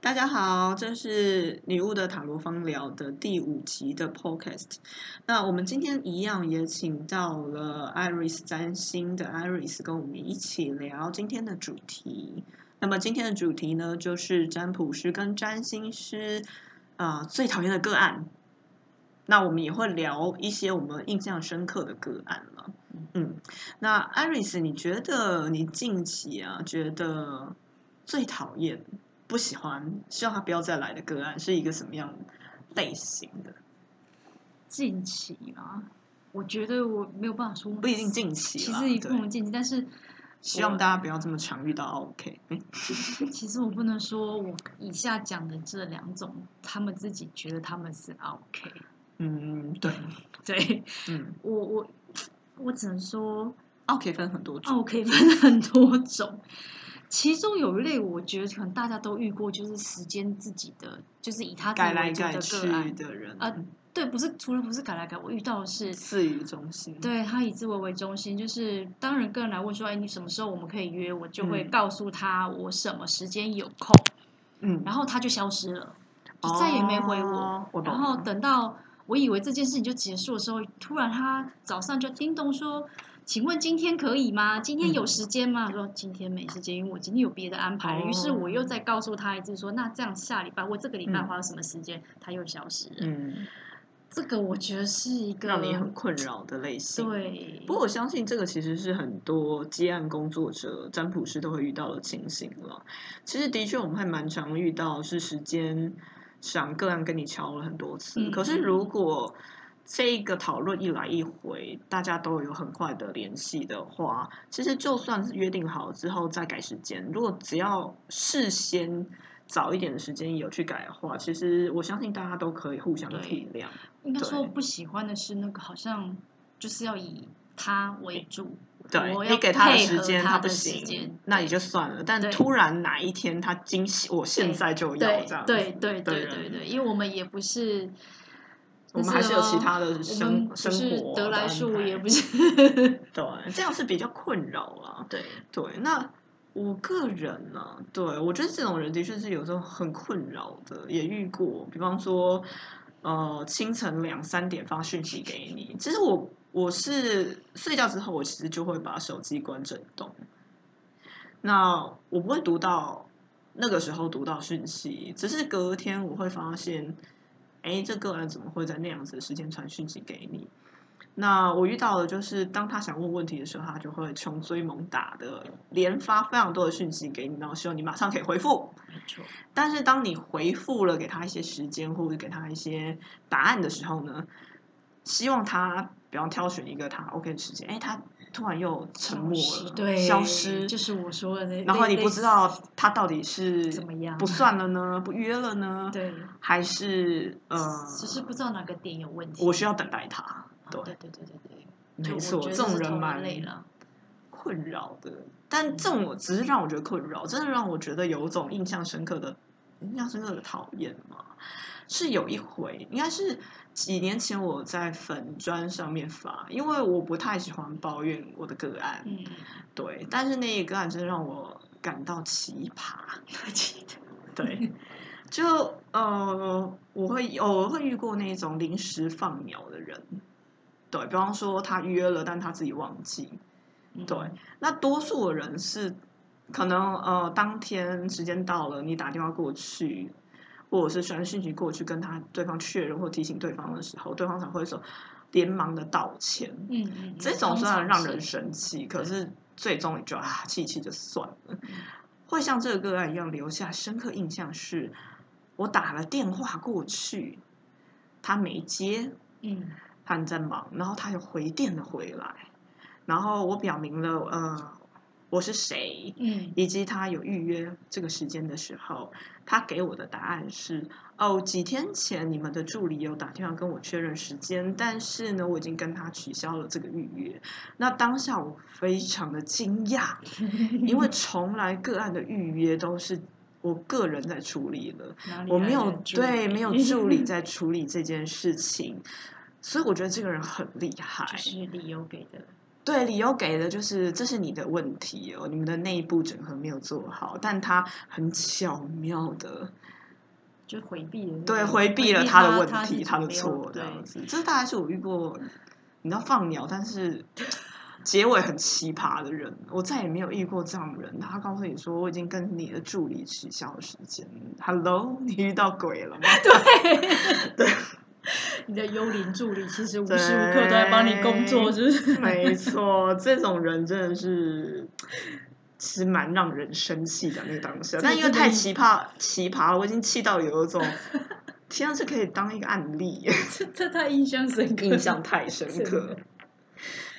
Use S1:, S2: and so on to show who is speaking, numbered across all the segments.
S1: 大家好，这是礼物的塔罗方聊的第五集的 Podcast。那我们今天一样也请到了 Iris 占星的 Iris 跟我们一起聊今天的主题。那么今天的主题呢，就是占卜师跟占星师啊、呃最讨厌的个案。那我们也会聊一些我们印象深刻的个案了。嗯，那 Iris，你觉得你近期啊，觉得最讨厌不喜欢，希望他不要再来的个案是一个什么样类型的？
S2: 近期嘛，我觉得我没有办法说，
S1: 不一定近期
S2: 其
S1: 啦，
S2: 实也不
S1: 对，
S2: 能近期，但 是
S1: 希望大家不要这么常遇到 OK。
S2: 其实我不能说我以下讲的这两种，他们自己觉得他们是 OK，
S1: 嗯，对，
S2: 对
S1: 嗯
S2: 我我我只能说哦
S1: ，OK 分很多种，
S2: OK 分很多种，其中有一类我觉得可能大家都遇过，就是时间自己的，就是以他自己
S1: 改来
S2: 为主
S1: 改
S2: 的
S1: 去
S2: 个案，
S1: 的人，
S2: 啊对，不是除了不是改来改，我遇到的是
S1: 赐予中心，，
S2: 啊对他以自我为中心，就是当人个人来问说：“哎，你什么时候我们可以约？”我就会
S1: 嗯
S2: 告诉他我什么时间有空，
S1: 嗯，
S2: 然后他就消失了，就再也没回我。
S1: 哦，我
S2: 然
S1: 懂
S2: 后
S1: 了
S2: 等到我以为这件事情就结束的时候，突然他早上就叮咚说：“请问今天可以吗？今天有
S1: 嗯
S2: 时间吗？”我说：“今天没时间，因为我今天有别的安排。”于是我又再告诉他一次说：“那这样下礼拜或这个礼拜
S1: 哦嗯
S2: 还有什么时间？”他又消失了。
S1: 嗯，
S2: 这个我觉得是一个
S1: 让你很困扰的类型，。
S2: 呃对，
S1: 不过我相信这个其实是很多接案工作者、占卜师都会遇到的情形了。其实的确，我们还蛮常遇到是时间上个案跟你敲了很多次，
S2: 嗯
S1: 可是如果这个讨论一来一回，大家都有很快的联系的话，其实就算是约定好之后再改时间，如果只要事先早一点的时间有去改的话，其实我相信大家都可以互相
S2: 对
S1: 体谅。
S2: 应该说
S1: 对
S2: 不喜欢的是那个，好像就是要以他为主，我
S1: 对
S2: 要
S1: 你给他的
S2: 配合
S1: 时间
S2: 他
S1: 不
S2: 的时间
S1: 行，那也就算了。但
S2: 对
S1: 突然哪一天他惊喜，我现在就要
S2: 对
S1: 这样子，
S2: 对对
S1: 的
S2: 对
S1: 人
S2: 对对，因为我们也不是，
S1: 我们还是有其他的
S2: 我们
S1: 生
S2: 不
S1: 生
S2: 是
S1: 活
S2: 得
S1: 的
S2: 来
S1: 安
S2: 速，
S1: 排
S2: 也不是
S1: 对，这样是比较困扰啦。
S2: 对，
S1: 对，那我个人呢、对我觉得这种人的确是有时候很困扰的，也遇过。比方说，呃，清晨两三点发讯息给你，其实我我是睡觉之后，我其实就会把手机关震动。那我不会读到那个时候读到讯息，只是隔天我会发现，哎，这个人怎么会在那样子的时间传讯息给你？那我遇到的就是，当他想问问题的时候，他就会穷追猛打的连发非常多的讯息给你，然后希望你马上可以回复。
S2: 没错，
S1: 但是当你回复了给他一些时间或者给他一些答案的时候呢，希望他比方挑选一个他 OK 的时间，哎，他突然又沉默
S2: 消
S1: 了，
S2: 失对，
S1: 消失，
S2: 就是我说的那，
S1: 然后
S2: 类
S1: 你不知，道他到底是
S2: 类似怎么样
S1: 不算了呢，不约了呢
S2: 类，对，
S1: 还是呃，
S2: 只是不知道哪个点有问题，
S1: 我需要等待他。
S2: 啊
S1: 对
S2: 对对对对对，就
S1: 没
S2: 我
S1: 错，
S2: 觉得
S1: 这
S2: 是
S1: 种人
S2: 同
S1: 蛮
S2: 类了，
S1: 困扰的，但这种只是让我觉得困扰，真的让我觉得有一种印象深刻的、印象深刻的讨厌嘛。是有一回，应该是几年前我在粉砖上面发，因为我不太喜欢抱怨我的个案，
S2: 嗯，
S1: 对，但是那一个案真的让我感到奇葩。
S2: 记得，
S1: 对，就呃，我会偶尔会遇过那种临时放鸟的人，对比方说他约了，但他自己忘记，
S2: 嗯
S1: 对，那多数的人是可能呃当天时间到了，你打电话过去，或者是传讯息过去跟他对方确认或提醒对方的时候，对方才会说连忙的道歉。
S2: 嗯嗯嗯，
S1: 这种虽然
S2: 通常
S1: 让
S2: 是
S1: 人生气，可是最终也就啊气一气就算
S2: 嗯
S1: 了。会像这个个案一样留下深刻印象是，我打了电话过去，他没接，
S2: 嗯
S1: 他很在忙，然后他又回电了回来，然后我表明了呃我是谁，
S2: 嗯
S1: 以及他有预约这个时间的时候，他给我的答案是哦几天前你们的助理有打电话跟我确认时间，但是呢我已经跟他取消了这个预约。那当下我非常的惊讶，因为从来个案的预约都是我个人在处理的，
S2: 哪里
S1: 我
S2: 来
S1: 没有
S2: 的助
S1: 对
S2: 理
S1: 没有 助理在处理这件事情，所以我觉得这个人很厉害。
S2: 就是理由给的，
S1: 对，理由给的就是这是你的问题哦，你们的内部整合没有做好，但他很巧妙的
S2: 就回嗯避了，
S1: 对回避了
S2: 他
S1: 的问题，
S2: 他
S1: 他的
S2: 自己没有
S1: 错这
S2: 对，
S1: 样子。这大概是我遇过，你知道放鸟，但是结尾很奇葩的人，我再也没有遇过这样的人。他告诉你说我已经跟你的助理取消时间，Hello，你遇到鬼了吗？
S2: 你的幽灵助理其实无时无刻都在帮你工作，是不是？
S1: 没错，这种人真的是。其实蛮让人生气的那个当下，
S2: 这
S1: 但因为
S2: 这个
S1: 太
S2: 你
S1: 奇葩奇葩了，我已经气到有一种，天啊，这可以当一个案 例，
S2: 这这太印象深刻了，
S1: 印象太深
S2: 真
S1: 刻
S2: 的。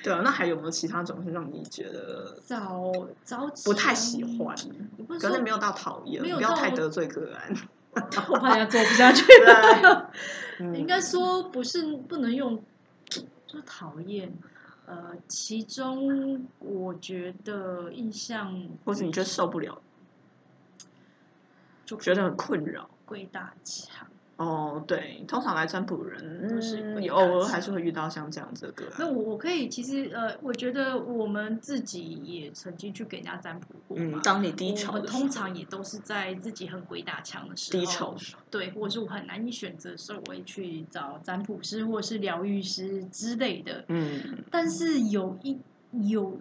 S1: 对啊，那还有没有其他种是让你觉得
S2: 早早起
S1: 不太喜欢，
S2: 也不是
S1: 可
S2: 说
S1: 是没有到讨厌，
S2: 没有
S1: 不要
S2: 到
S1: 太得罪个案。。
S2: 我怕人家做不下 去
S1: 对，嗯
S2: 应该说不是不能用，就讨厌。呃，其中我觉得印象
S1: 或是你觉得受不了，
S2: 就
S1: 觉得很困扰。
S2: 鬼打墙。
S1: 哦，对，通常来占卜的人，
S2: 都是
S1: 嗯
S2: 会
S1: 你
S2: 打
S1: 偶尔
S2: 架
S1: 还是会遇到像这样子的个
S2: 那
S1: 案。
S2: 我我可以其实呃，我觉得我们自己也曾经去给人家占卜过
S1: 嗯，
S2: 嘛。
S1: 当你
S2: 我
S1: 低潮
S2: 们
S1: 的时
S2: 通
S1: 候
S2: 常也都是在自己很鬼打墙的时候，
S1: 低潮的时候，
S2: 对，或者是我很难以选择的时候，我会去找占卜师或是疗愈师之类的。
S1: 嗯，
S2: 但是有一有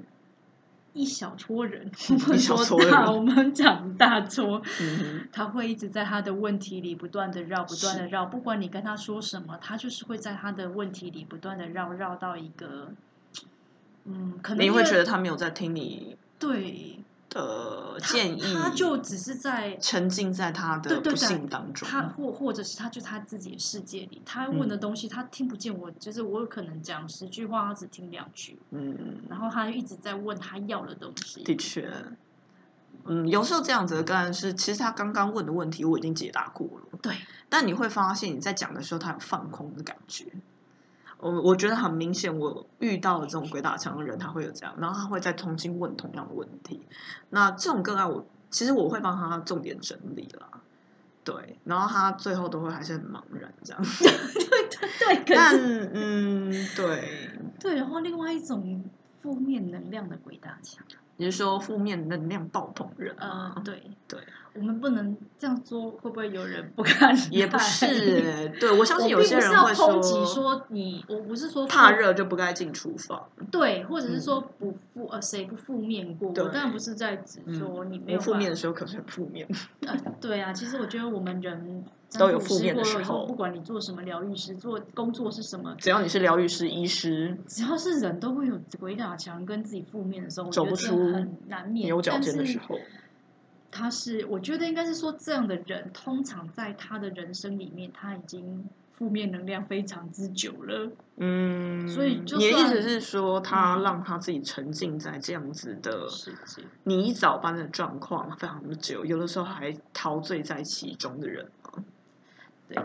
S2: 一小撮人，
S1: 嗯
S2: 我
S1: 一
S2: 们
S1: 小撮
S2: 说
S1: 人
S2: 大，我们讲大撮，
S1: 嗯
S2: 他会一直在他的问题里不断的绕，不断的
S1: 是
S2: 绕，不管你跟他说什么，他就是会在他的问题里不断的绕，绕到一个，嗯，可
S1: 哼，
S2: 能
S1: 你
S2: 因
S1: 会
S2: 为
S1: 觉得他没有在听你
S2: 对
S1: 的
S2: 他
S1: 建议，
S2: 他就只是在
S1: 沉浸在他
S2: 对
S1: 的
S2: 对
S1: 不
S2: 对
S1: 幸当中。
S2: 他或或者是他就他自己的世界里，他
S1: 嗯
S2: 问的东西他听不见我，就是我有可能讲十句话，他只听两句，
S1: 嗯，
S2: 然后他一直在问他要的东西。
S1: 的确，嗯，有时候这样子的个案是，其实他刚刚问的问题我已经解答过了，
S2: 对，
S1: 但你会发现你在讲的时候，他有放空的感觉。我我觉得很明显，我遇到了这种鬼打墙的人，他会有这样，然后他会再重新问同样的问题。那这种个案我，其实我会帮他重点整理啦，对，然后他最后都会还是很茫然这样。
S2: 对，可
S1: 但
S2: 是
S1: 嗯，对，
S2: 对，然后另外一种负面能量的鬼打墙，
S1: 你是说负面能量爆棚人
S2: 呃
S1: 吗，？
S2: 对
S1: 嗯对，
S2: 我们不能这样说，会不会有人不看？
S1: 也不是，对我相
S2: 我
S1: 信
S2: 并
S1: 有
S2: 不
S1: 些
S2: 是
S1: 人
S2: 要
S1: 会
S2: 抨击说你，我不是说
S1: 怕
S2: 负，
S1: 热就不该进厨房，
S2: 对，或者是
S1: 嗯
S2: 说不负呃谁不负面过，我
S1: 对嗯
S2: 当然不是在指说你没
S1: 我
S2: 有
S1: 负
S2: 办
S1: 面的时候可是很负 面，
S2: 呃，对啊，其实我觉得我们人
S1: 都有
S2: 占
S1: 负
S2: 卜师
S1: 面的
S2: 或
S1: 时
S2: 者说
S1: 候
S2: 不管你做什么疗愈师，做工作是什么，
S1: 只要你是疗愈师、医师，
S2: 只要是人都会有鬼打墙跟自己负面的时候，我觉
S1: 走
S2: 得
S1: 不
S2: 这
S1: 出
S2: 很难免。
S1: 牛角
S2: 但
S1: 尖的
S2: 是
S1: 时候，
S2: 他是，我觉得应该是说这样的人，通常在他的人生里面，他已经负面能量非常之久了。
S1: 嗯，
S2: 所以就
S1: 你的意思
S2: 算
S1: 是说，他
S2: 嗯
S1: 让他自己沉浸在这样子的
S2: 世界，
S1: 泥沼般的状况非常久，有的时候还陶醉在其中的人，
S2: 对。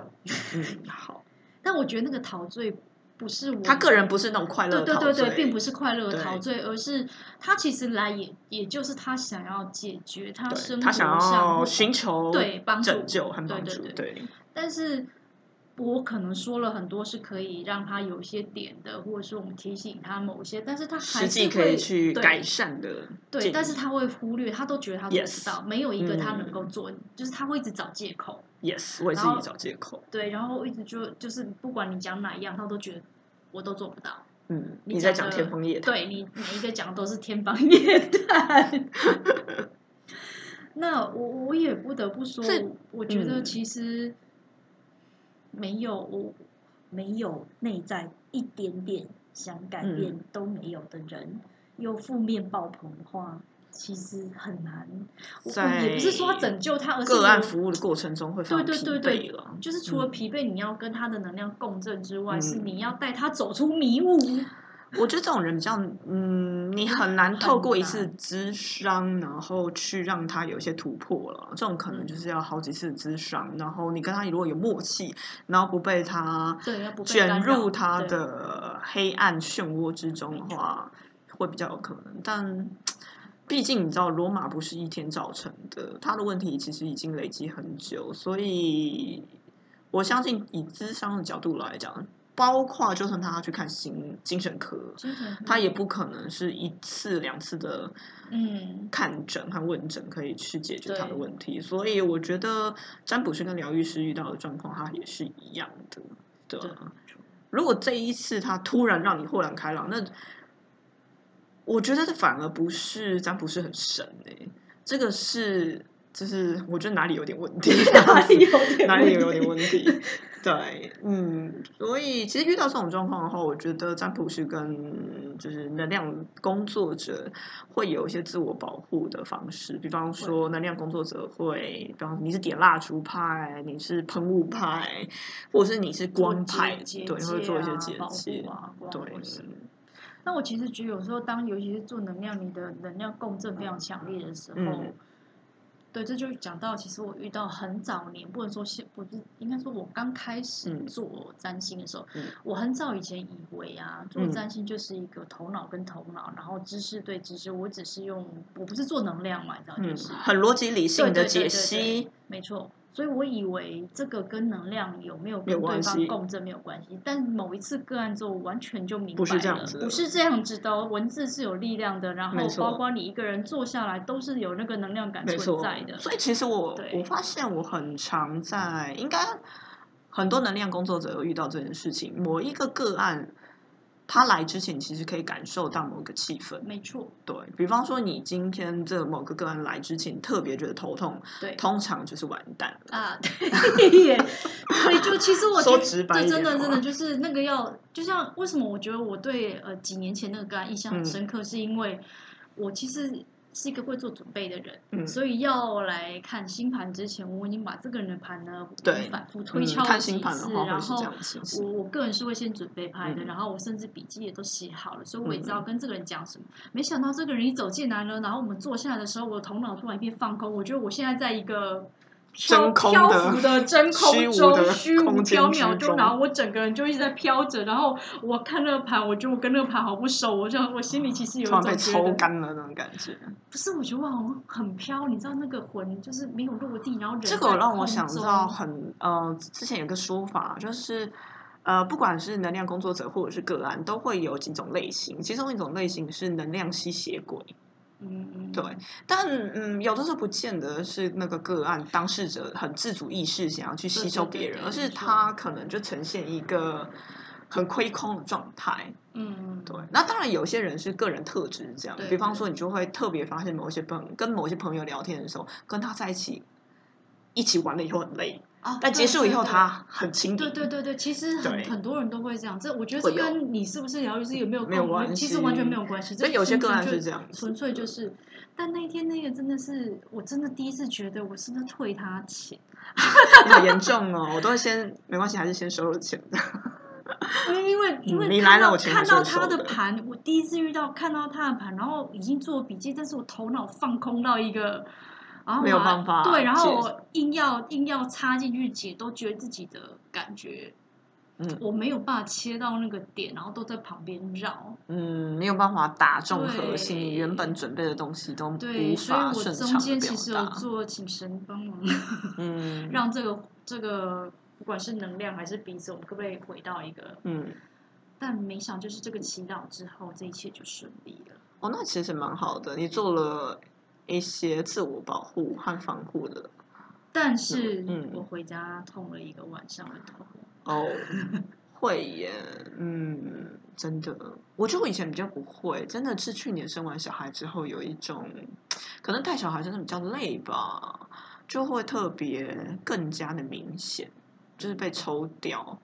S1: 嗯，好，
S2: 但我觉得那个陶醉不是我
S1: 他个人不是那种快乐
S2: 对
S1: 的
S2: 对
S1: 陶
S2: 对
S1: 醉，
S2: 对，并不是快乐的
S1: 对
S2: 陶醉，而是他其实来也也就是他想要解决他生
S1: 对
S2: 活
S1: 他想
S2: 上
S1: 要
S2: 或
S1: 寻求
S2: 对帮助
S1: 拯救和
S2: 对
S1: 帮
S2: 对
S1: 助，
S2: 对
S1: 对，
S2: 但是我可能说了很多是可以让他有一些点的，或者是我们提醒他某些，但是他
S1: 实
S2: 还是
S1: 际可以
S2: 会
S1: 去
S2: 对
S1: 改善的建
S2: 对，
S1: 议
S2: 但是他会忽略，他都觉得他做不
S1: Yes
S2: 到，没有一个他
S1: 嗯
S2: 能够做，就是他会一直找借口，
S1: yes，为自
S2: 然后
S1: 己找借口。
S2: 对，然后一直就就是不管你讲哪一样，他都觉得我都做不到，
S1: 嗯，
S2: 你
S1: 你在
S2: 讲
S1: 讲
S2: 的
S1: 天方夜谭。
S2: 对你每一个讲的都是天方夜谭。 那我我也不得不说
S1: 这，
S2: 我觉得
S1: 嗯
S2: 其实没有我没有内在一点点想改
S1: 嗯
S2: 变都没有的人，又负面爆棚的话，其实很难。我我也不是说
S1: 在
S2: 拯救他，而是
S1: 个案
S2: 我
S1: 服务的过程中会非
S2: 对
S1: 常
S2: 对
S1: 疲
S2: 对对
S1: 惫了。
S2: 就是除了
S1: 嗯
S2: 疲惫，你要跟他的能量共振之外，是
S1: 嗯
S2: 你要带他走出迷雾。
S1: 我觉得这种人比较，嗯，你很难透
S2: 很
S1: 过一次
S2: 难
S1: 咨商，然后去让他有一些突破了。这种可能
S2: 嗯
S1: 就是要好几次咨商，然后你跟他如果有默契，然后不被他
S2: 对，要不被
S1: 卷
S2: 干扰
S1: 入他
S2: 对
S1: 的黑暗漩涡之中的话，会比较有可能。但毕竟你知道，罗马不是一天造成的，他的问题其实已经累积很久，所以我相信以智商的角度来讲，包括就算他要去看心精神科，
S2: 精神科
S1: 他也不可能是一次两次的
S2: 嗯，
S1: 看诊和问诊可以去解决他的
S2: 对
S1: 问题。所以我觉得占卜师跟疗愈师遇到的状况，他也是一样的。对
S2: 对
S1: 啊，如果这一次他突然让你豁然开朗，那我觉得这反而不是占卜师很神哎、这个是就是我觉得哪里有点问 题，
S2: 哪里有 点
S1: 哪里
S2: 问
S1: 有点
S2: 题
S1: 问题。 对，嗯，所以其实遇到这种状况的话，我觉得占卜师跟就是能量工作者会有一些自我保护的方式，比方说能量工作者会，比方你是点蜡烛派，你是喷雾派，或者是你是光派，
S2: 结
S1: 对，
S2: 界
S1: 会做一些
S2: 啊
S1: 结
S2: 保
S1: 界，
S2: 护啊，光
S1: 对
S2: 或什么那我其实觉得有时候当，尤其是做能量，你的能量共振非常强烈的时候，
S1: 嗯
S2: 对，这就讲到其实我遇到很早年，不能说现不是，应该说我刚开始
S1: 嗯
S2: 做占星的时候，
S1: 嗯
S2: 我很早以前以为啊，做
S1: 嗯
S2: 占星就是一个头脑跟头脑，然后知识对知识，我只是用我不是做能量嘛，你知道，
S1: 嗯
S2: 就是，
S1: 很逻辑理性的
S2: 对对对
S1: 解
S2: 对
S1: 析，
S2: 没错，所以我以为这个跟能量有没有
S1: 没有
S2: 跟对
S1: 关
S2: 方
S1: 系
S2: 共振没有关系，但某一次个案之后，我完全就明白了，
S1: 不是这样子的
S2: 不是这样子的哦，文字是有力量的，然后
S1: 没错
S2: 包括你一个人坐下来都是有那个能量感
S1: 没
S2: 存
S1: 错
S2: 在的，
S1: 所以其实我
S2: 对
S1: 我发现我很常在，应该很多能量工作者有遇到这件事情。某一个个案，他来之前，你其实可以感受到某个气氛。
S2: 没错，
S1: 对比方说，你今天这某个个案来之前，你特别觉得头痛，
S2: 对
S1: 通常就是完蛋了。
S2: 啊， 对耶，对，就其实我觉
S1: 说
S2: 得
S1: 直白一
S2: 对，真
S1: 点
S2: 的
S1: 好
S2: 真
S1: 吧
S2: 的就是那个要，就像为什么我觉得我对呃几年前那个个案印象很
S1: 嗯
S2: 深刻，是因为我其实是一个会做准备的人，
S1: 嗯
S2: 所以要来看星盘之前，我已经把这个人的盘呢
S1: 对
S2: 反复推
S1: 嗯，
S2: 敲了
S1: 看
S2: 几
S1: 星盘的
S2: 次，
S1: 话
S2: 然
S1: 会是
S2: 后
S1: 这样的情
S2: 我
S1: 形。
S2: 我个人是会先准备拍的，
S1: 嗯
S2: 然后我甚至笔记也都写好了，所以我也
S1: 嗯
S2: 知道跟这个人讲什么。没想到这个人一走进来呢，然后我们坐下来的时候，我的头脑突然一片放空，我觉得我现在在一个漂
S1: 真空的
S2: 漂浮的真
S1: 虚
S2: 空
S1: 无
S2: 中、
S1: 的
S2: 虚无
S1: 空间
S2: 缥
S1: 之
S2: 缈中，
S1: 中
S2: 然后我整个人就一直在飘着。然后我看那个盘，我觉得我跟那个盘好不熟，我就我心里其实有一
S1: 突然被
S2: 种觉
S1: 抽
S2: 得，
S1: 干了那种感觉，
S2: 不是，我觉得我好像很飘，你知道那个魂就是没有落地，然后人
S1: 这个
S2: 在
S1: 让我
S2: 空
S1: 想
S2: 中
S1: 到很呃，之前有个说法，就是呃，不管是能量工作者或者是个案，都会有几种类型，其中一种类型是能量吸血鬼，
S2: 嗯，
S1: 对但嗯，有的时候不见得是那个个案当事者很自主意识想要去吸
S2: 对
S1: 收
S2: 对对
S1: 别
S2: 对
S1: 人，而
S2: 没
S1: 是
S2: 错
S1: 他可能就呈现一个很亏空的状态。
S2: 嗯，
S1: 对，那当然有些人是个人特质是这样，
S2: 对
S1: 比方
S2: 对
S1: 说你就会特别发现某一些朋跟某一些朋友聊天的时候，跟他在一起一起玩了以后很累，
S2: 啊，
S1: 但结
S2: 对
S1: 束以
S2: 对
S1: 后
S2: 对
S1: 他很轻盈。
S2: 对对对对，其实
S1: 嗯
S2: 很
S1: 对
S2: 很多人都会这样，这我觉得
S1: 会
S2: 这跟你是不是疗愈师有没有
S1: 没有
S2: 共鸣
S1: 关
S2: 其实完全
S1: 系
S2: 没有关系。
S1: 所
S2: 这
S1: 以有些
S2: 纯
S1: 个
S2: 粹
S1: 案
S2: 就是
S1: 这样子嗯
S2: 纯粹就
S1: 的
S2: 是，但那一天那个真的是，我真的第一次觉得我是不是退他钱，
S1: 好严重哦，我都会先没关系，还是先收了钱。
S2: 因为因为因
S1: 嗯
S2: 为
S1: 你
S2: 看
S1: 来了
S2: 到
S1: 我钱
S2: 看
S1: 还是
S2: 到
S1: 会
S2: 他
S1: 收
S2: 的
S1: 的
S2: 盘，我第一次遇到看到他的盘，然后已经做笔记，但是我头脑放空到一个。然后
S1: 没有
S2: 我还
S1: 办法
S2: 对，然后
S1: 解
S2: 我硬要硬要插进去解，都觉得自己的感觉
S1: 嗯
S2: 我没有办法切到那个点，然后都在旁边绕，
S1: 嗯，没有办法打中核心，
S2: 对
S1: 你原本准备的东西都
S2: 对，
S1: 无
S2: 所以
S1: 法
S2: 我
S1: 顺
S2: 中
S1: 畅的
S2: 间
S1: 表
S2: 其实有
S1: 达。
S2: 做请神帮忙，
S1: 嗯，
S2: 让这个这个不管是能量还是彼此，我们可不可以回到一个？
S1: 嗯，
S2: 但没想就是这个祈祷之后，这一切就顺利了。
S1: 哦，那其实蛮好的，你做了一些自我保护和防护的。
S2: 但是
S1: 嗯
S2: 我回家痛了一个晚上的头，
S1: 哦，会耶，嗯，真的，我觉得我以前比较不会，真的是去年生完小孩之后，有一种可能带小孩真的比较累吧，就会特别更加的明显，就是被抽掉。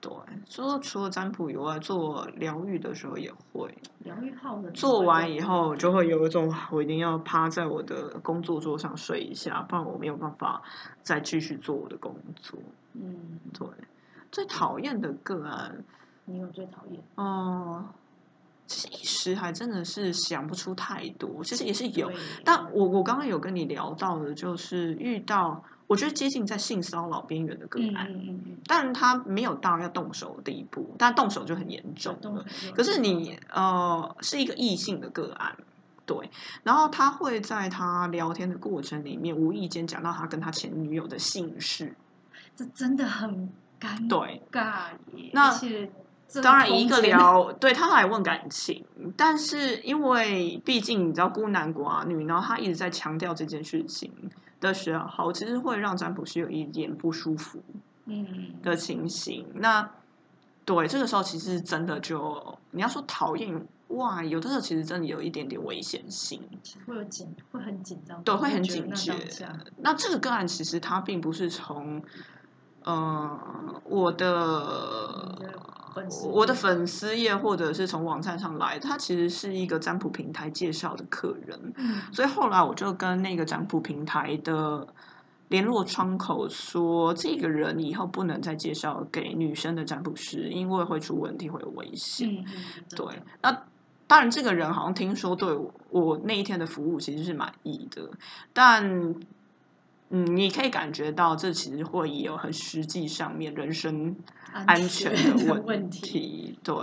S1: 对，所以除了占卜以外，做疗愈的时候也会，
S2: 疗愈泡的
S1: 做完以后就会有一种啊我一定要趴在我的工作桌上睡一下，不然我没有办法再继续做我的工作。
S2: 嗯，
S1: 对，最讨厌的个案，
S2: 你有最讨厌？
S1: 嗯、其实一时还真的是想不出太多，其实也是有
S2: 对。
S1: 但我我刚刚有跟你聊到的，就是遇到我觉得接近在性骚扰边缘的个
S2: 嗯
S1: 案，
S2: 嗯嗯嗯，
S1: 但他没有到要动手的地步，但动手就很严重
S2: 动
S1: 了。
S2: 手就
S1: 可是
S2: 有
S1: 你呃是一个异性的个案，对，然后他会在他聊天的过程里面无意间讲到他跟他前女友的姓氏，
S2: 这真的很尴
S1: 对，
S2: 尬耶。
S1: 那
S2: 而且这
S1: 当然
S2: 空
S1: 一个
S2: 间
S1: 聊，对他还问感情，但是因为毕竟你知道孤男寡女，然后他一直在强调这件事情的时候，其实会让占卜师有一点不舒服
S2: 嗯
S1: 的情形。那对这个时候，其实真的就你要说讨厌哇，有的时候其实真的有一点点危险性。
S2: 会有紧，会很紧张，
S1: 对会很
S2: 觉
S1: 警
S2: 得那
S1: 觉
S2: 当下
S1: 那这个个案其实它并不是从，呃，我的
S2: 你的粉丝
S1: 呃我的
S2: 页
S1: 粉丝页或者是从网站上来，他其实是一个占卜平台介绍的客人，
S2: 嗯
S1: 所以后来我就跟那个占卜平台的联络窗口说，这个人以后不能再介绍给女生的占卜师，因为会出问题，会有危险。
S2: 嗯嗯
S1: 对，那当然这个人好像听说对我我那一天的服务其实是满意的，但。嗯，你可以感觉到这其实会有很实际上面人生安全
S2: 的
S1: 的
S2: 问题，
S1: 题。对，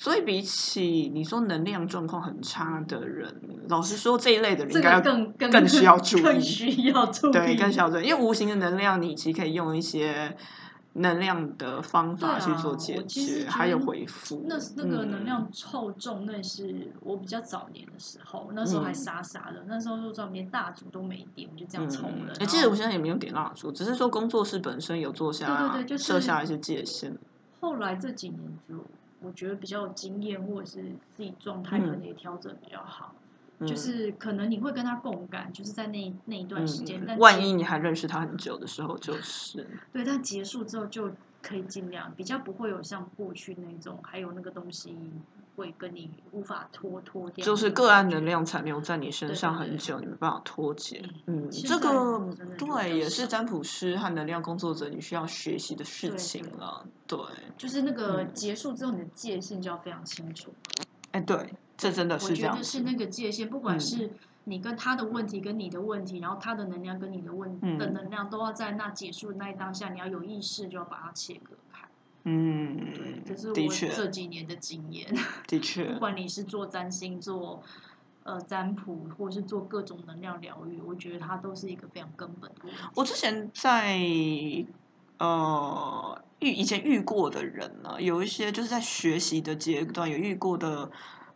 S1: 所以比起你说能量状况很差的人，老实说这一类的人
S2: 这
S1: 应该
S2: 个
S1: 要
S2: 更更
S1: 更需要注意
S2: 更需要注意，
S1: 对更小众，因为无形的能量你其实可以用一些能量的方法
S2: 对
S1: 去
S2: 啊
S1: 做
S2: 我
S1: 解
S2: 其实
S1: 决，
S2: 觉
S1: 还有
S2: 得
S1: 回复。
S2: 那那个能
S1: 嗯
S2: 量厚重，那是我比较早年的时候，那时候还
S1: 嗯
S2: 傻傻的，那时候就知道连蜡烛都没点，我就这样冲
S1: 嗯
S2: 了。
S1: 欸其
S2: 然
S1: 实
S2: 后
S1: 我现在也没有点蜡烛，只是说工作室本身有做下
S2: 对对就
S1: 设
S2: 是
S1: 下一些界限。
S2: 后来这几年就我觉得比较有经验，或者是自己状态可能也调整比较好，
S1: 嗯、
S2: 就是可能你会跟他共感，就是在那那一段时间，
S1: 嗯
S2: 但
S1: 万
S2: 结
S1: 一你还认识他很久的时候，就是
S2: 对，但结束之后就可以尽量比较不会有像过去那种，还有那个东西会跟你无法脱脱掉那种感觉，
S1: 就是个案能量残留在你身
S2: 对
S1: 上
S2: 对
S1: 很
S2: 对
S1: 久，你没办法脱节。嗯，
S2: 现
S1: 这
S2: 在
S1: 个
S2: 真的就比较
S1: 对也是
S2: 少
S1: 占卜师和能量工作者你需要学习的事
S2: 对
S1: 情
S2: 对
S1: 了。对，
S2: 就是那个
S1: 嗯
S2: 结束之后，你的界限就要非常清楚。
S1: 哎，对，这真的
S2: 我
S1: 是这
S2: 觉
S1: 样
S2: 得是
S1: 子。
S2: 那个界限，不
S1: 嗯
S2: 管是你跟他的问题，跟你的问题，然后他的能量跟你的问的
S1: 嗯
S2: 能量，都要在那结束的那一当下，你要有意识就要把它切割开。对，
S1: 嗯
S2: 这是，
S1: 的
S2: 我
S1: 确，
S2: 这几年的经验。
S1: 的
S2: 不
S1: 确，
S2: 管你是做占星、做呃占卜，或是做各种能量疗愈，我觉得它都是一个非常根本的问题。
S1: 我之前在呃遇以前遇过的人呢，有一些就是在学习的阶段有遇过的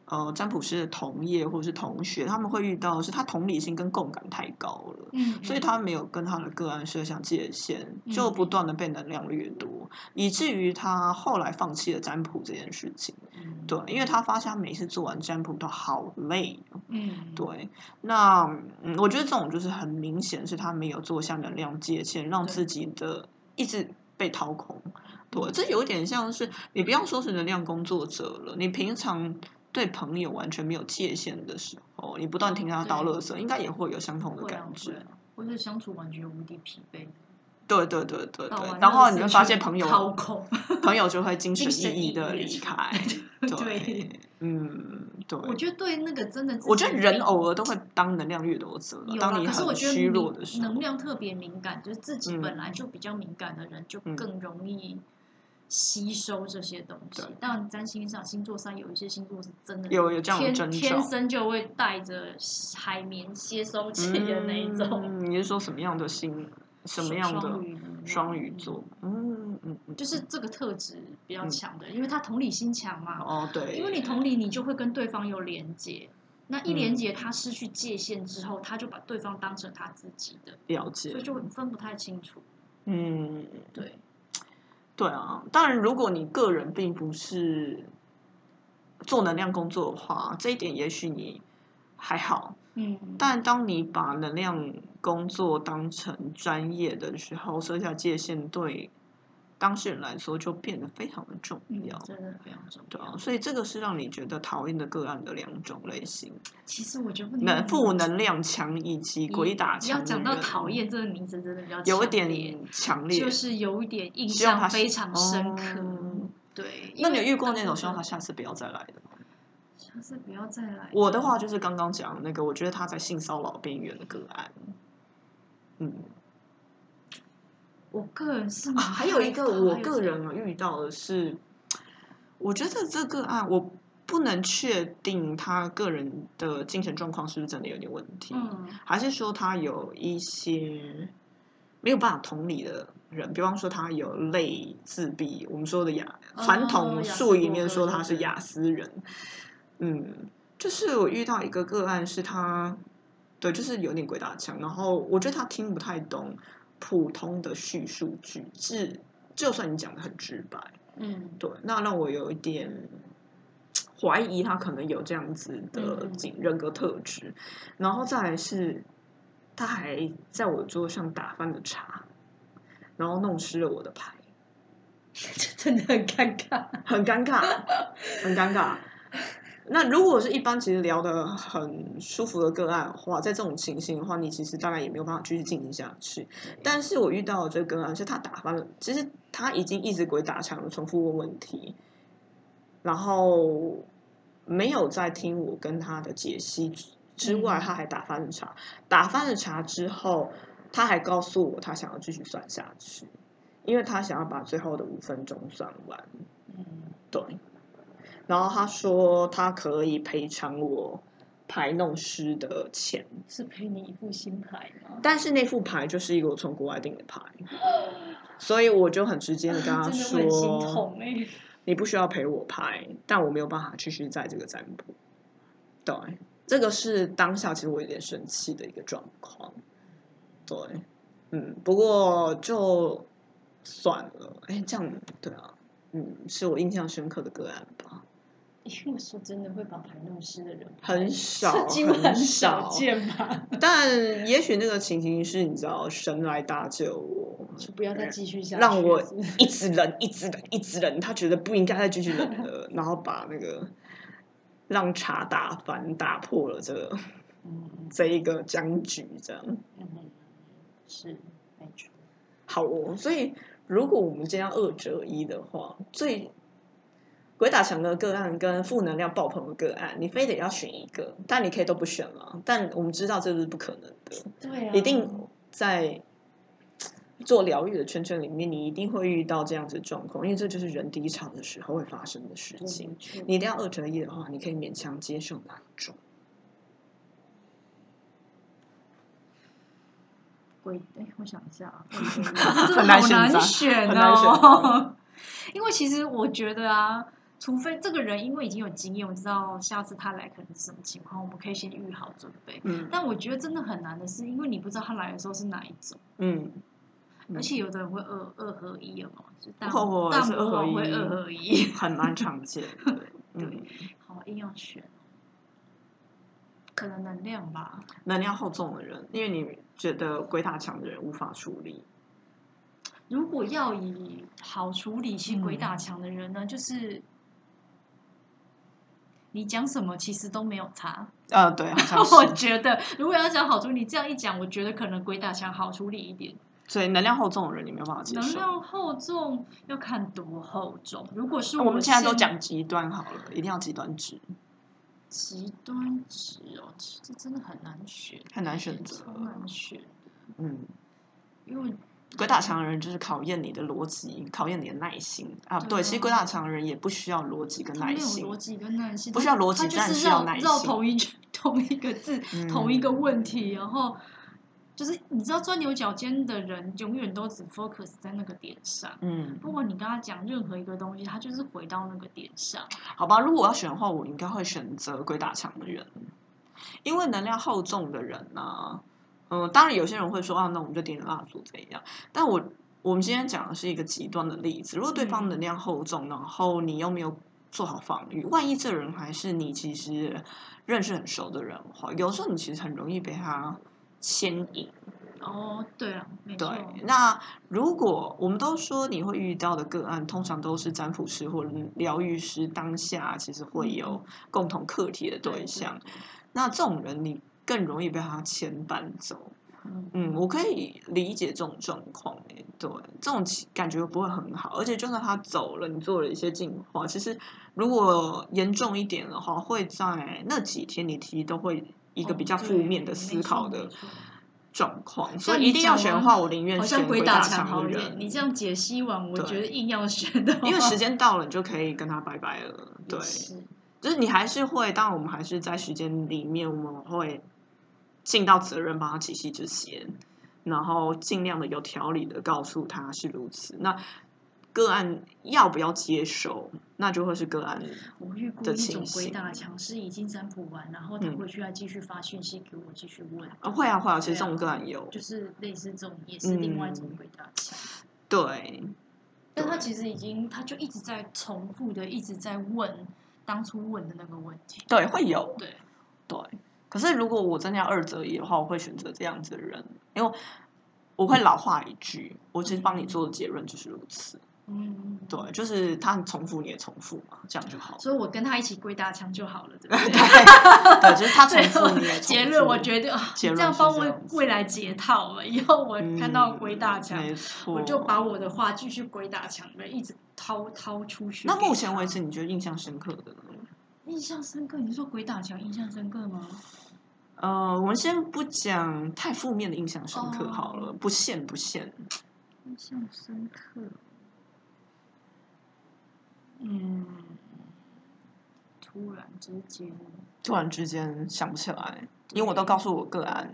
S1: 呃占卜师的同业或者是同学，他们会遇到的是他同理心跟共感太高了。
S2: 嗯，
S1: 所以
S2: 嗯
S1: 他没有跟他的个案设想界限，就
S2: 嗯
S1: 不
S2: 嗯
S1: 断的被能量掠夺，以至于他后来放弃了占卜这件事情。
S2: 嗯
S1: 对，因为他发现他每次做完占卜都好累。
S2: 嗯，
S1: 对，那嗯，我觉得这种就是很明显是他没有做下能量界限，让
S2: 对
S1: 自己的一直被掏空。对，
S2: 嗯
S1: 这有点像是你不要说是能量工作者了，你平常对朋友完全没有界限的时候，你不断听他倒
S2: 对
S1: 垃圾，应该也会有相同的
S2: 会啊
S1: 感
S2: 会
S1: 觉。
S2: 啊，或是相处完全无敌疲惫，
S1: 对对对对
S2: 到
S1: 对
S2: 完，
S1: 然后
S2: 垃
S1: 你
S2: 圾
S1: 会发
S2: 去
S1: 现朋
S2: 掏
S1: 友
S2: 空，
S1: 朋友就会精
S2: 精
S1: 神
S2: 神
S1: 奕奕的
S2: 奕奕地
S1: 离
S2: 去
S1: 开。
S2: 对，
S1: 对，嗯，对。
S2: 我觉得对那个真的自己，
S1: 我觉得人偶尔都会当能量掠夺者了，
S2: 有啊，
S1: 当你
S2: 可是我
S1: 很
S2: 觉得
S1: 虚弱的
S2: 敏
S1: 时候
S2: 能，量特别敏感，就是自己本
S1: 嗯
S2: 来就比较敏感的人，就
S1: 嗯
S2: 更容易吸收这些东西
S1: 对。
S2: 当然，占星上星座上有一些星座是真的
S1: 有有这样的
S2: 天
S1: 征
S2: 天
S1: 兆。
S2: 生就会带着海绵接收器的那一种，
S1: 嗯，你是说什么样的星，什么
S2: 双
S1: 样
S2: 双
S1: 的
S2: 鱼女
S1: 双鱼
S2: 嗯
S1: 座？嗯嗯嗯，
S2: 就是这个特质比较
S1: 嗯
S2: 强的，因为他同理心强嘛，
S1: 哦对，
S2: 因为你同理，你就会跟对方有连接。那一连
S1: 嗯
S2: 接，他失去界限之后，他就把对方当成他自己的，
S1: 了
S2: 所以
S1: 解，
S2: 就分不太清楚。
S1: 嗯，
S2: 对，
S1: 对啊。当然，如果你个人并不是做能量工作的话，这一点也许你还好，
S2: 嗯，
S1: 但当你把能量工作当成专业的时候，设下界限对当事人来说就变得非常的重
S2: 嗯
S1: 要，，
S2: 真的非常重
S1: 对啊，
S2: 要。
S1: 所以这个是让你觉得讨厌的个案的两种类型，
S2: 其实我觉得不能
S1: 能
S2: 用
S1: 负能量强以及
S2: 你
S1: 鬼打
S2: 要
S1: 墙的
S2: 讲到
S1: 人，
S2: 讨厌这个名字，真的比较
S1: 有一
S2: 强烈
S1: 点强烈，
S2: 就是有一点印
S1: 希望他
S2: 象非常深刻。
S1: 哦
S2: 对，
S1: 那
S2: 因
S1: 你有
S2: 为
S1: 遇过
S2: 大
S1: 那
S2: 部
S1: 种希望他
S2: 分
S1: 下次不要再来的吗？嗯
S2: 下次不要再来。
S1: 我的话，就是刚刚讲的那个，我觉得他在性骚扰边缘的个案，嗯。
S2: 我个人是
S1: 啊，
S2: 蛮
S1: 还有一
S2: 害
S1: 个
S2: 怕
S1: 我
S2: 还有
S1: 个
S2: 这
S1: 人有遇到的是，我觉得这个案我不能确定他个人的精神状况是不是真的有点问题，
S2: 嗯
S1: 还是说他有一些没有办法同理的人，比方说他有类自闭，我们说的亚
S2: 哦
S1: 传
S2: 雅
S1: 统
S2: 斯
S1: 术语里
S2: 伯
S1: 面
S2: 格
S1: 说
S2: 对
S1: 他是
S2: 对
S1: 雅思人，嗯，就是我遇到一个个案是他，对，就是有点鬼打墙，然后我觉得他听不太懂普通的叙述句字，就算你讲的很直白，
S2: 嗯
S1: 对，那让我有一点怀疑他可能有这样子的
S2: 嗯
S1: 景人格特质，然后再来是他还在我桌上打翻了茶，然后弄湿了我的牌，
S2: 真的很尴尬。
S1: 很尴尬，很尴尬。那如果是一般其实聊得很舒服的个案的话，在这种情形的话，你其实大概也没有办法继续进行下去。但是我遇到的这个个案是他打翻了，其实他已经一直鬼打墙了，重复问问题，然后没有在听我跟他的解析之外，
S2: 嗯
S1: 他还打翻了茶。打翻了茶之后，他还告诉我他想要继续算下去，因为他想要把最后的五分钟算完。
S2: 嗯，
S1: 对，然后他说他可以赔偿我牌弄湿的钱，
S2: 是赔你一副新牌吗？
S1: 但是那副牌就是一个我从国外订的 牌，所以我就很直接的跟他
S2: 真的会很心
S1: 说，
S2: 痛哎。
S1: 你不需要赔我牌，但我没有办法继续在这个占卜。对，这个是当下其实我有点生气的一个状况。对，嗯，不过就算了，哎，这样对啊，嗯，是我印象深刻的个案吧。
S2: 因为说真的，会把牌弄湿的人
S1: 很少，
S2: 这几乎很
S1: 少
S2: 少。见 吧？
S1: 但也许那个情形是，你知道，神来搭救我，
S2: 就不要再继续下去。
S1: 让我
S2: 是不是
S1: 一直忍，一直忍，一直忍，他觉得不应该再继续忍了，然后把那个让茶打翻，打破了这个
S2: 嗯嗯
S1: 这一个僵局，这样
S2: 嗯嗯，是没错。
S1: 好哦。所以，如果我们今天要二择一的话，最鬼打墙的个案跟负能量爆棚的个案，你非得要选一个，但你可以都不选嘛。但我们知道这是不可能的。
S2: 对啊，
S1: 一定在做疗愈的圈圈里面，你一定会遇到这样子的状况，因为这就是人低潮的时候会发生的事
S2: 对
S1: 情。
S2: 没错
S1: 你一定要二择一的话，你可以勉强接受哪一种？
S2: 鬼，哎，我想一 下啊，
S1: 很
S2: 很
S1: 难
S2: 好
S1: 选择啊
S2: 难选
S1: 很难啊
S2: 哦。 因为其实我觉得啊，除非这个人因为已经有经验，我知道下次他来可能是什么情况，我们可以先预好准备。
S1: 嗯
S2: 但我觉得真的很难的是，因为你不知道他来的时候是哪一种，
S1: 嗯，嗯
S2: 而且有的人会二二合一，有没有？就是大
S1: 会会
S2: 大
S1: 是
S2: 魔
S1: 二合
S2: 王会
S1: 一
S2: 二合一，
S1: 很蛮常见的。 嗯，
S2: 好硬要选，可能能量吧。
S1: 能量厚重的人，因为你觉得鬼打墙的人无法处理。
S2: 如果要以好处理去鬼
S1: 嗯
S2: 打墙的人呢，就是你讲什么其实都没有差。
S1: 呃，对， 好
S2: 我
S1: 像是。
S2: 觉得如果要讲好处理，这样一讲，我觉得可能鬼打墙好处理一点。
S1: 所以能量厚重的人，你没有办法接
S2: 能
S1: 受。
S2: 量厚重要看多厚重。如果是
S1: 啊我们现在都
S2: 是
S1: 讲极端好了，一定要极端值，
S2: 极端值哦，其实真的很难选，
S1: 很难选择。
S2: 超难选，
S1: 嗯。
S2: 因为
S1: 鬼打墙的人就是考验你的逻辑，考验你的耐心啊。
S2: 对啊
S1: 对，其实鬼打墙的人也不需要逻辑跟
S2: 他没
S1: 耐
S2: 有
S1: 心，
S2: 逻辑跟耐心，
S1: 不
S2: 他
S1: 需要逻辑
S2: 他就
S1: 但
S2: 是
S1: 需要
S2: 绕
S1: 耐
S2: 绕
S1: 心
S2: 同一句同一个字，
S1: 嗯
S2: 同一个问题，然后就是你知道钻牛角尖的人永远都只 focus 在那个点上，
S1: 嗯，
S2: 不管你跟他讲任何一个东西，他就是回到那个点上。
S1: 好吧。如果我要选的话，我应该会选择鬼打墙的人，因为能量厚重的人呢、嗯，当然有些人会说啊，那我们就点蜡烛怎样？但我我们今天讲的是一个极端的例子，如果对方
S2: 嗯
S1: 能量厚重，然后你又没有做好防御，万一这人还是你其实认识很熟的人的话，有时候你其实很容易被他牵引。
S2: 哦，对啊，没
S1: 对
S2: 错，，
S1: 那如果我们都说你会遇到的个案，通常都是占卜师或者疗愈师当下其实会有
S2: 嗯
S1: 共同课题的对象。那这种人，你更容易被他牵绊走。
S2: 嗯，
S1: 嗯，我可以理解这种状况、欸，对，这种其感觉不会很好。而且就算他走了，你做了一些进化，其实如果严重一点的话，会在那几天你其实都会一个比较
S2: 哦
S1: 负面的
S2: 对
S1: 思
S2: 没
S1: 考
S2: 错
S1: 的
S2: 没错
S1: 状况，所
S2: 像
S1: 以
S2: 你
S1: 一定要
S2: 讲
S1: 选的
S2: 完
S1: 话，我宁愿
S2: 好
S1: 选
S2: 像鬼
S1: 打
S2: 打墙
S1: 的
S2: 好一
S1: 人。
S2: 点。你这样解析完，我
S1: 对
S2: 觉得硬要选的话，
S1: 因为时间到了，你就可以跟他拜拜了。对
S2: 也，是
S1: 就是你还是会，当然我们还是在时间里面，我们会尽到责任帮他解析这些。然后尽量的有条理的告诉他是如此。那个案要不要接受，那就会是个案。
S2: 我遇过一种鬼打墙是已经占卜完，然后
S1: 嗯
S2: 他回去还继续发讯息给我继续问。
S1: 啊，会啊会啊，其实这
S2: 对啊
S1: 种个案有，
S2: 就是类似这种，也是另外一种
S1: 嗯
S2: 鬼打墙。
S1: 对，
S2: 但他
S1: 对
S2: 其实已经，他就一直在重复的一直在问当初问的那个问题。
S1: 对会有，
S2: 对，
S1: 对。可是如果我真的要二择一的话，我会选择这样子的人，因为我会老话一句，我其实帮你做的结论就是如此。
S2: 嗯，嗯。
S1: 对，就是他重复你也重复嘛，这样就好了。
S2: 所以我跟他一起鬼打墙就好了，对不对？
S1: 对，就是他重
S2: 最后
S1: 复你也重复。
S2: 结论，我觉得啊你
S1: 结论
S2: 这样
S1: 是
S2: 帮
S1: 这
S2: 我
S1: 样子
S2: 未来解套了。以后我看到
S1: 嗯
S2: 鬼打墙，
S1: 没错，
S2: 我就把我的话继续鬼打墙的一直掏掏出去。
S1: 那目前为，止，你觉得印象深刻的呢？
S2: 印象深刻，你说鬼打墙印象深刻吗？
S1: 呃，我们先不讲太负面的印象深
S2: 哦
S1: 刻好了，不限不限。
S2: 印象深刻，嗯，突然之间，
S1: 突然之间想不起来，因为我都
S2: 嗯
S1: 告诉我个案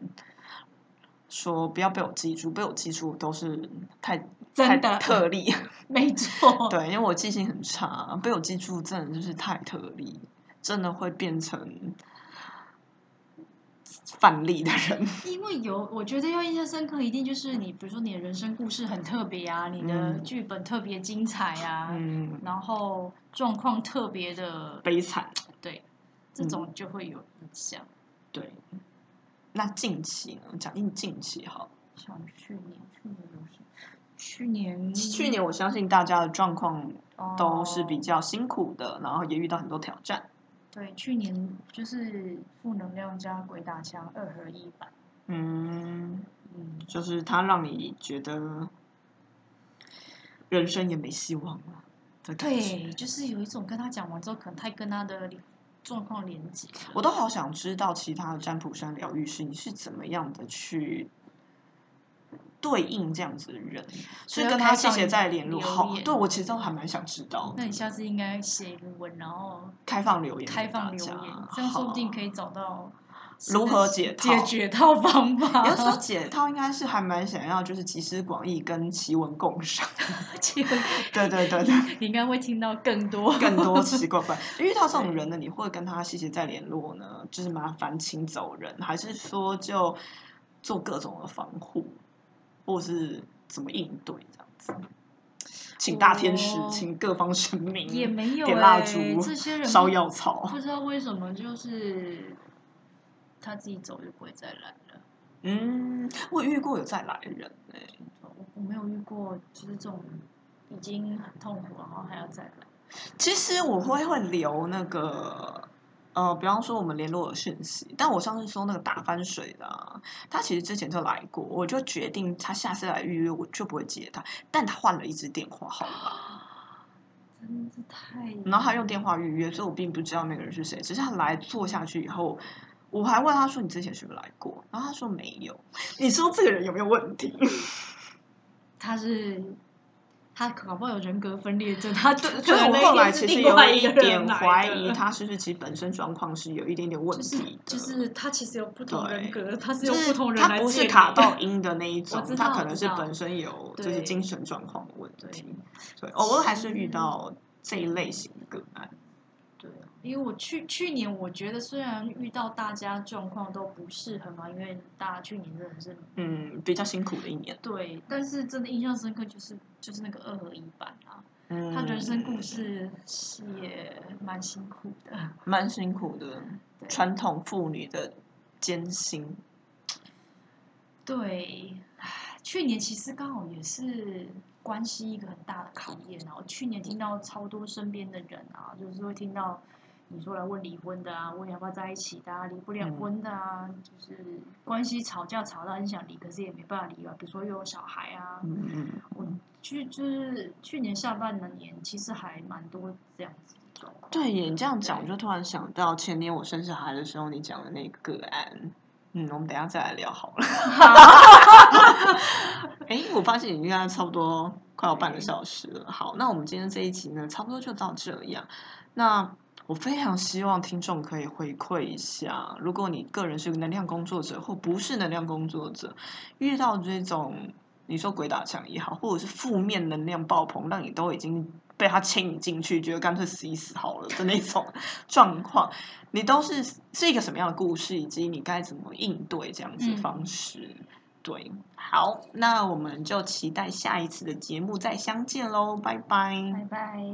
S1: 说不要被我记住，被我记住都是太太
S2: 真的哦
S1: 特例。
S2: 没错，
S1: 对，因为我记性很差，被我记住真的就是太特例，真的会变成反例的 人。
S2: 因为有，我觉得要印象深刻，一定就是你，比如说你的人生故事很特别啊，你的
S1: 嗯
S2: 剧本特别精彩啊，
S1: 嗯，
S2: 然后状况特别的，
S1: 悲惨。嗯
S2: 对，这种就会有印象。
S1: 对，那近期呢？讲近近期好了。
S2: 像去年，去年有什么？去年，
S1: 去年我相信大家的状况
S2: 哦
S1: 都是比较辛苦的，然后也遇到很多挑战。
S2: 对，去年就是负能量加鬼打墙二合一版，
S1: 嗯，
S2: 嗯，
S1: 就是它让你觉得人生也没希望了的感觉。
S2: 对，就是有一种跟他讲完之后，可能太跟他的状况连接了。
S1: 我都好想知道其他的占卜山疗愈师你是怎么样的去对应这样子的人，
S2: 所
S1: 所以
S2: 以要
S1: 跟
S2: 开
S1: 他谢
S2: 放
S1: 谢再联络。
S2: 留
S1: 好，
S2: 言
S1: 对我其实都还蛮想知道
S2: 那你下次应该写一个文，然后
S1: 开放留言给大
S2: 开
S1: 家，
S2: 放留言，这样说不定可以找到
S1: 好如何解套
S2: 解决套 方
S1: 你要说
S2: 法。
S1: 解套，应该是还蛮想要，就是集思广益跟奇闻共赏。
S2: 结果
S1: 对对对对，
S2: 你应该会听到更多
S1: 更多奇怪 怪。遇到这种人呢，你会跟他谢谢再联络呢，就是麻烦请走人，还是说就做各种的防护，或是怎么应对这样子？请大天使，
S2: 哦
S1: 请各方神明，
S2: 也没有
S1: 给蜡
S2: 欸
S1: 烛
S2: 这些人
S1: 烧
S2: 不
S1: 药草
S2: 不。知道为什么就是他自己走就不会再来了。
S1: 嗯，我遇过有再来的人哎、
S2: 哦我我没有遇过就是这种已经很痛苦，然后还要再来。
S1: 其实我会会留那个，呃，比方说我们联络的讯息，但我上次说那个打翻水的、啊，他其实之前就来过，我就决定他下次来预约我就不会接他，但他换了一支电话号码，
S2: 真是太……
S1: 然后他用电话预约，所以我并不知道那个人是谁，只是他来坐下去以后。我还问他说：“你之前是不是来过？”然后他说：“没有。”你说这个人有没有问 题？
S2: 他是他搞不好有人格分裂症，他
S1: 对，
S2: 可
S1: 所以
S2: 能
S1: 我
S2: 那
S1: 后
S2: 天
S1: 来
S2: 是
S1: 其实
S2: 另外
S1: 有
S2: 一
S1: 一
S2: 个人
S1: 点
S2: 来
S1: 怀
S2: 的
S1: 疑他是不是其实本身状况是有一点点问
S2: 就
S1: 题
S2: 是
S1: 的，
S2: 就是他其实有不同人格，他
S1: 就
S2: 是用
S1: 是
S2: 不同人
S1: 他
S2: 来
S1: 不
S2: 界
S1: 是
S2: 定
S1: 卡
S2: 的
S1: 到阴的那一种
S2: 我知，
S1: 他
S2: 道
S1: 可
S2: 我
S1: 能
S2: 知
S1: 是
S2: 道
S1: 本身有就是
S2: 对
S1: 精神状况的问题
S2: 对，嗯
S1: 对，偶尔还是遇到这一类型的个案，
S2: 对，因为我去去年，我觉得虽然遇到大家状况都不是很好，因为大家去年真的是
S1: 嗯，比较辛苦的一年，
S2: 对，但是真的印象深刻就是就是那个二合一版啊，
S1: 嗯，
S2: 他人生故事是也蛮辛苦的，
S1: 嗯蛮辛苦的，
S2: 对
S1: 传统妇女的艰辛，
S2: 对，唉去年其实刚好也是关系一个很大的考验然后去年听到超多身边的人啊，就是会听到你说来问离婚的啊，问要不要在一起的啊，离不了
S1: 嗯
S2: 婚的啊，就是关系吵架吵到很想离，可是也没办法离啊。比如说又有小孩啊，
S1: 嗯嗯，
S2: 我去就是去年下半年其实还蛮多这样子的状况。
S1: 对耶，你这样讲，我
S2: 对
S1: 就突然想到前年我生小孩的时候，你讲的那个个案。嗯，我们等一下再来聊好了。 哎、我发现已经大概差不多快要半个小时了。好，那我们今天这一集呢，差不多就到这样。那我非常希望听众可以回馈一下，如果你个人是个能量工作者或不是能量工作者，遇到这种你说鬼打墙也好，或者是负面能量爆棚，让你都已经被他牵引进去，觉得干脆死一死好了的那种状况，你都是是一个什么样的故事，以及你该怎么应对这样子的方式。对，好，那嗯我们就期待下一次的节目再相见喽，拜拜
S2: 拜拜。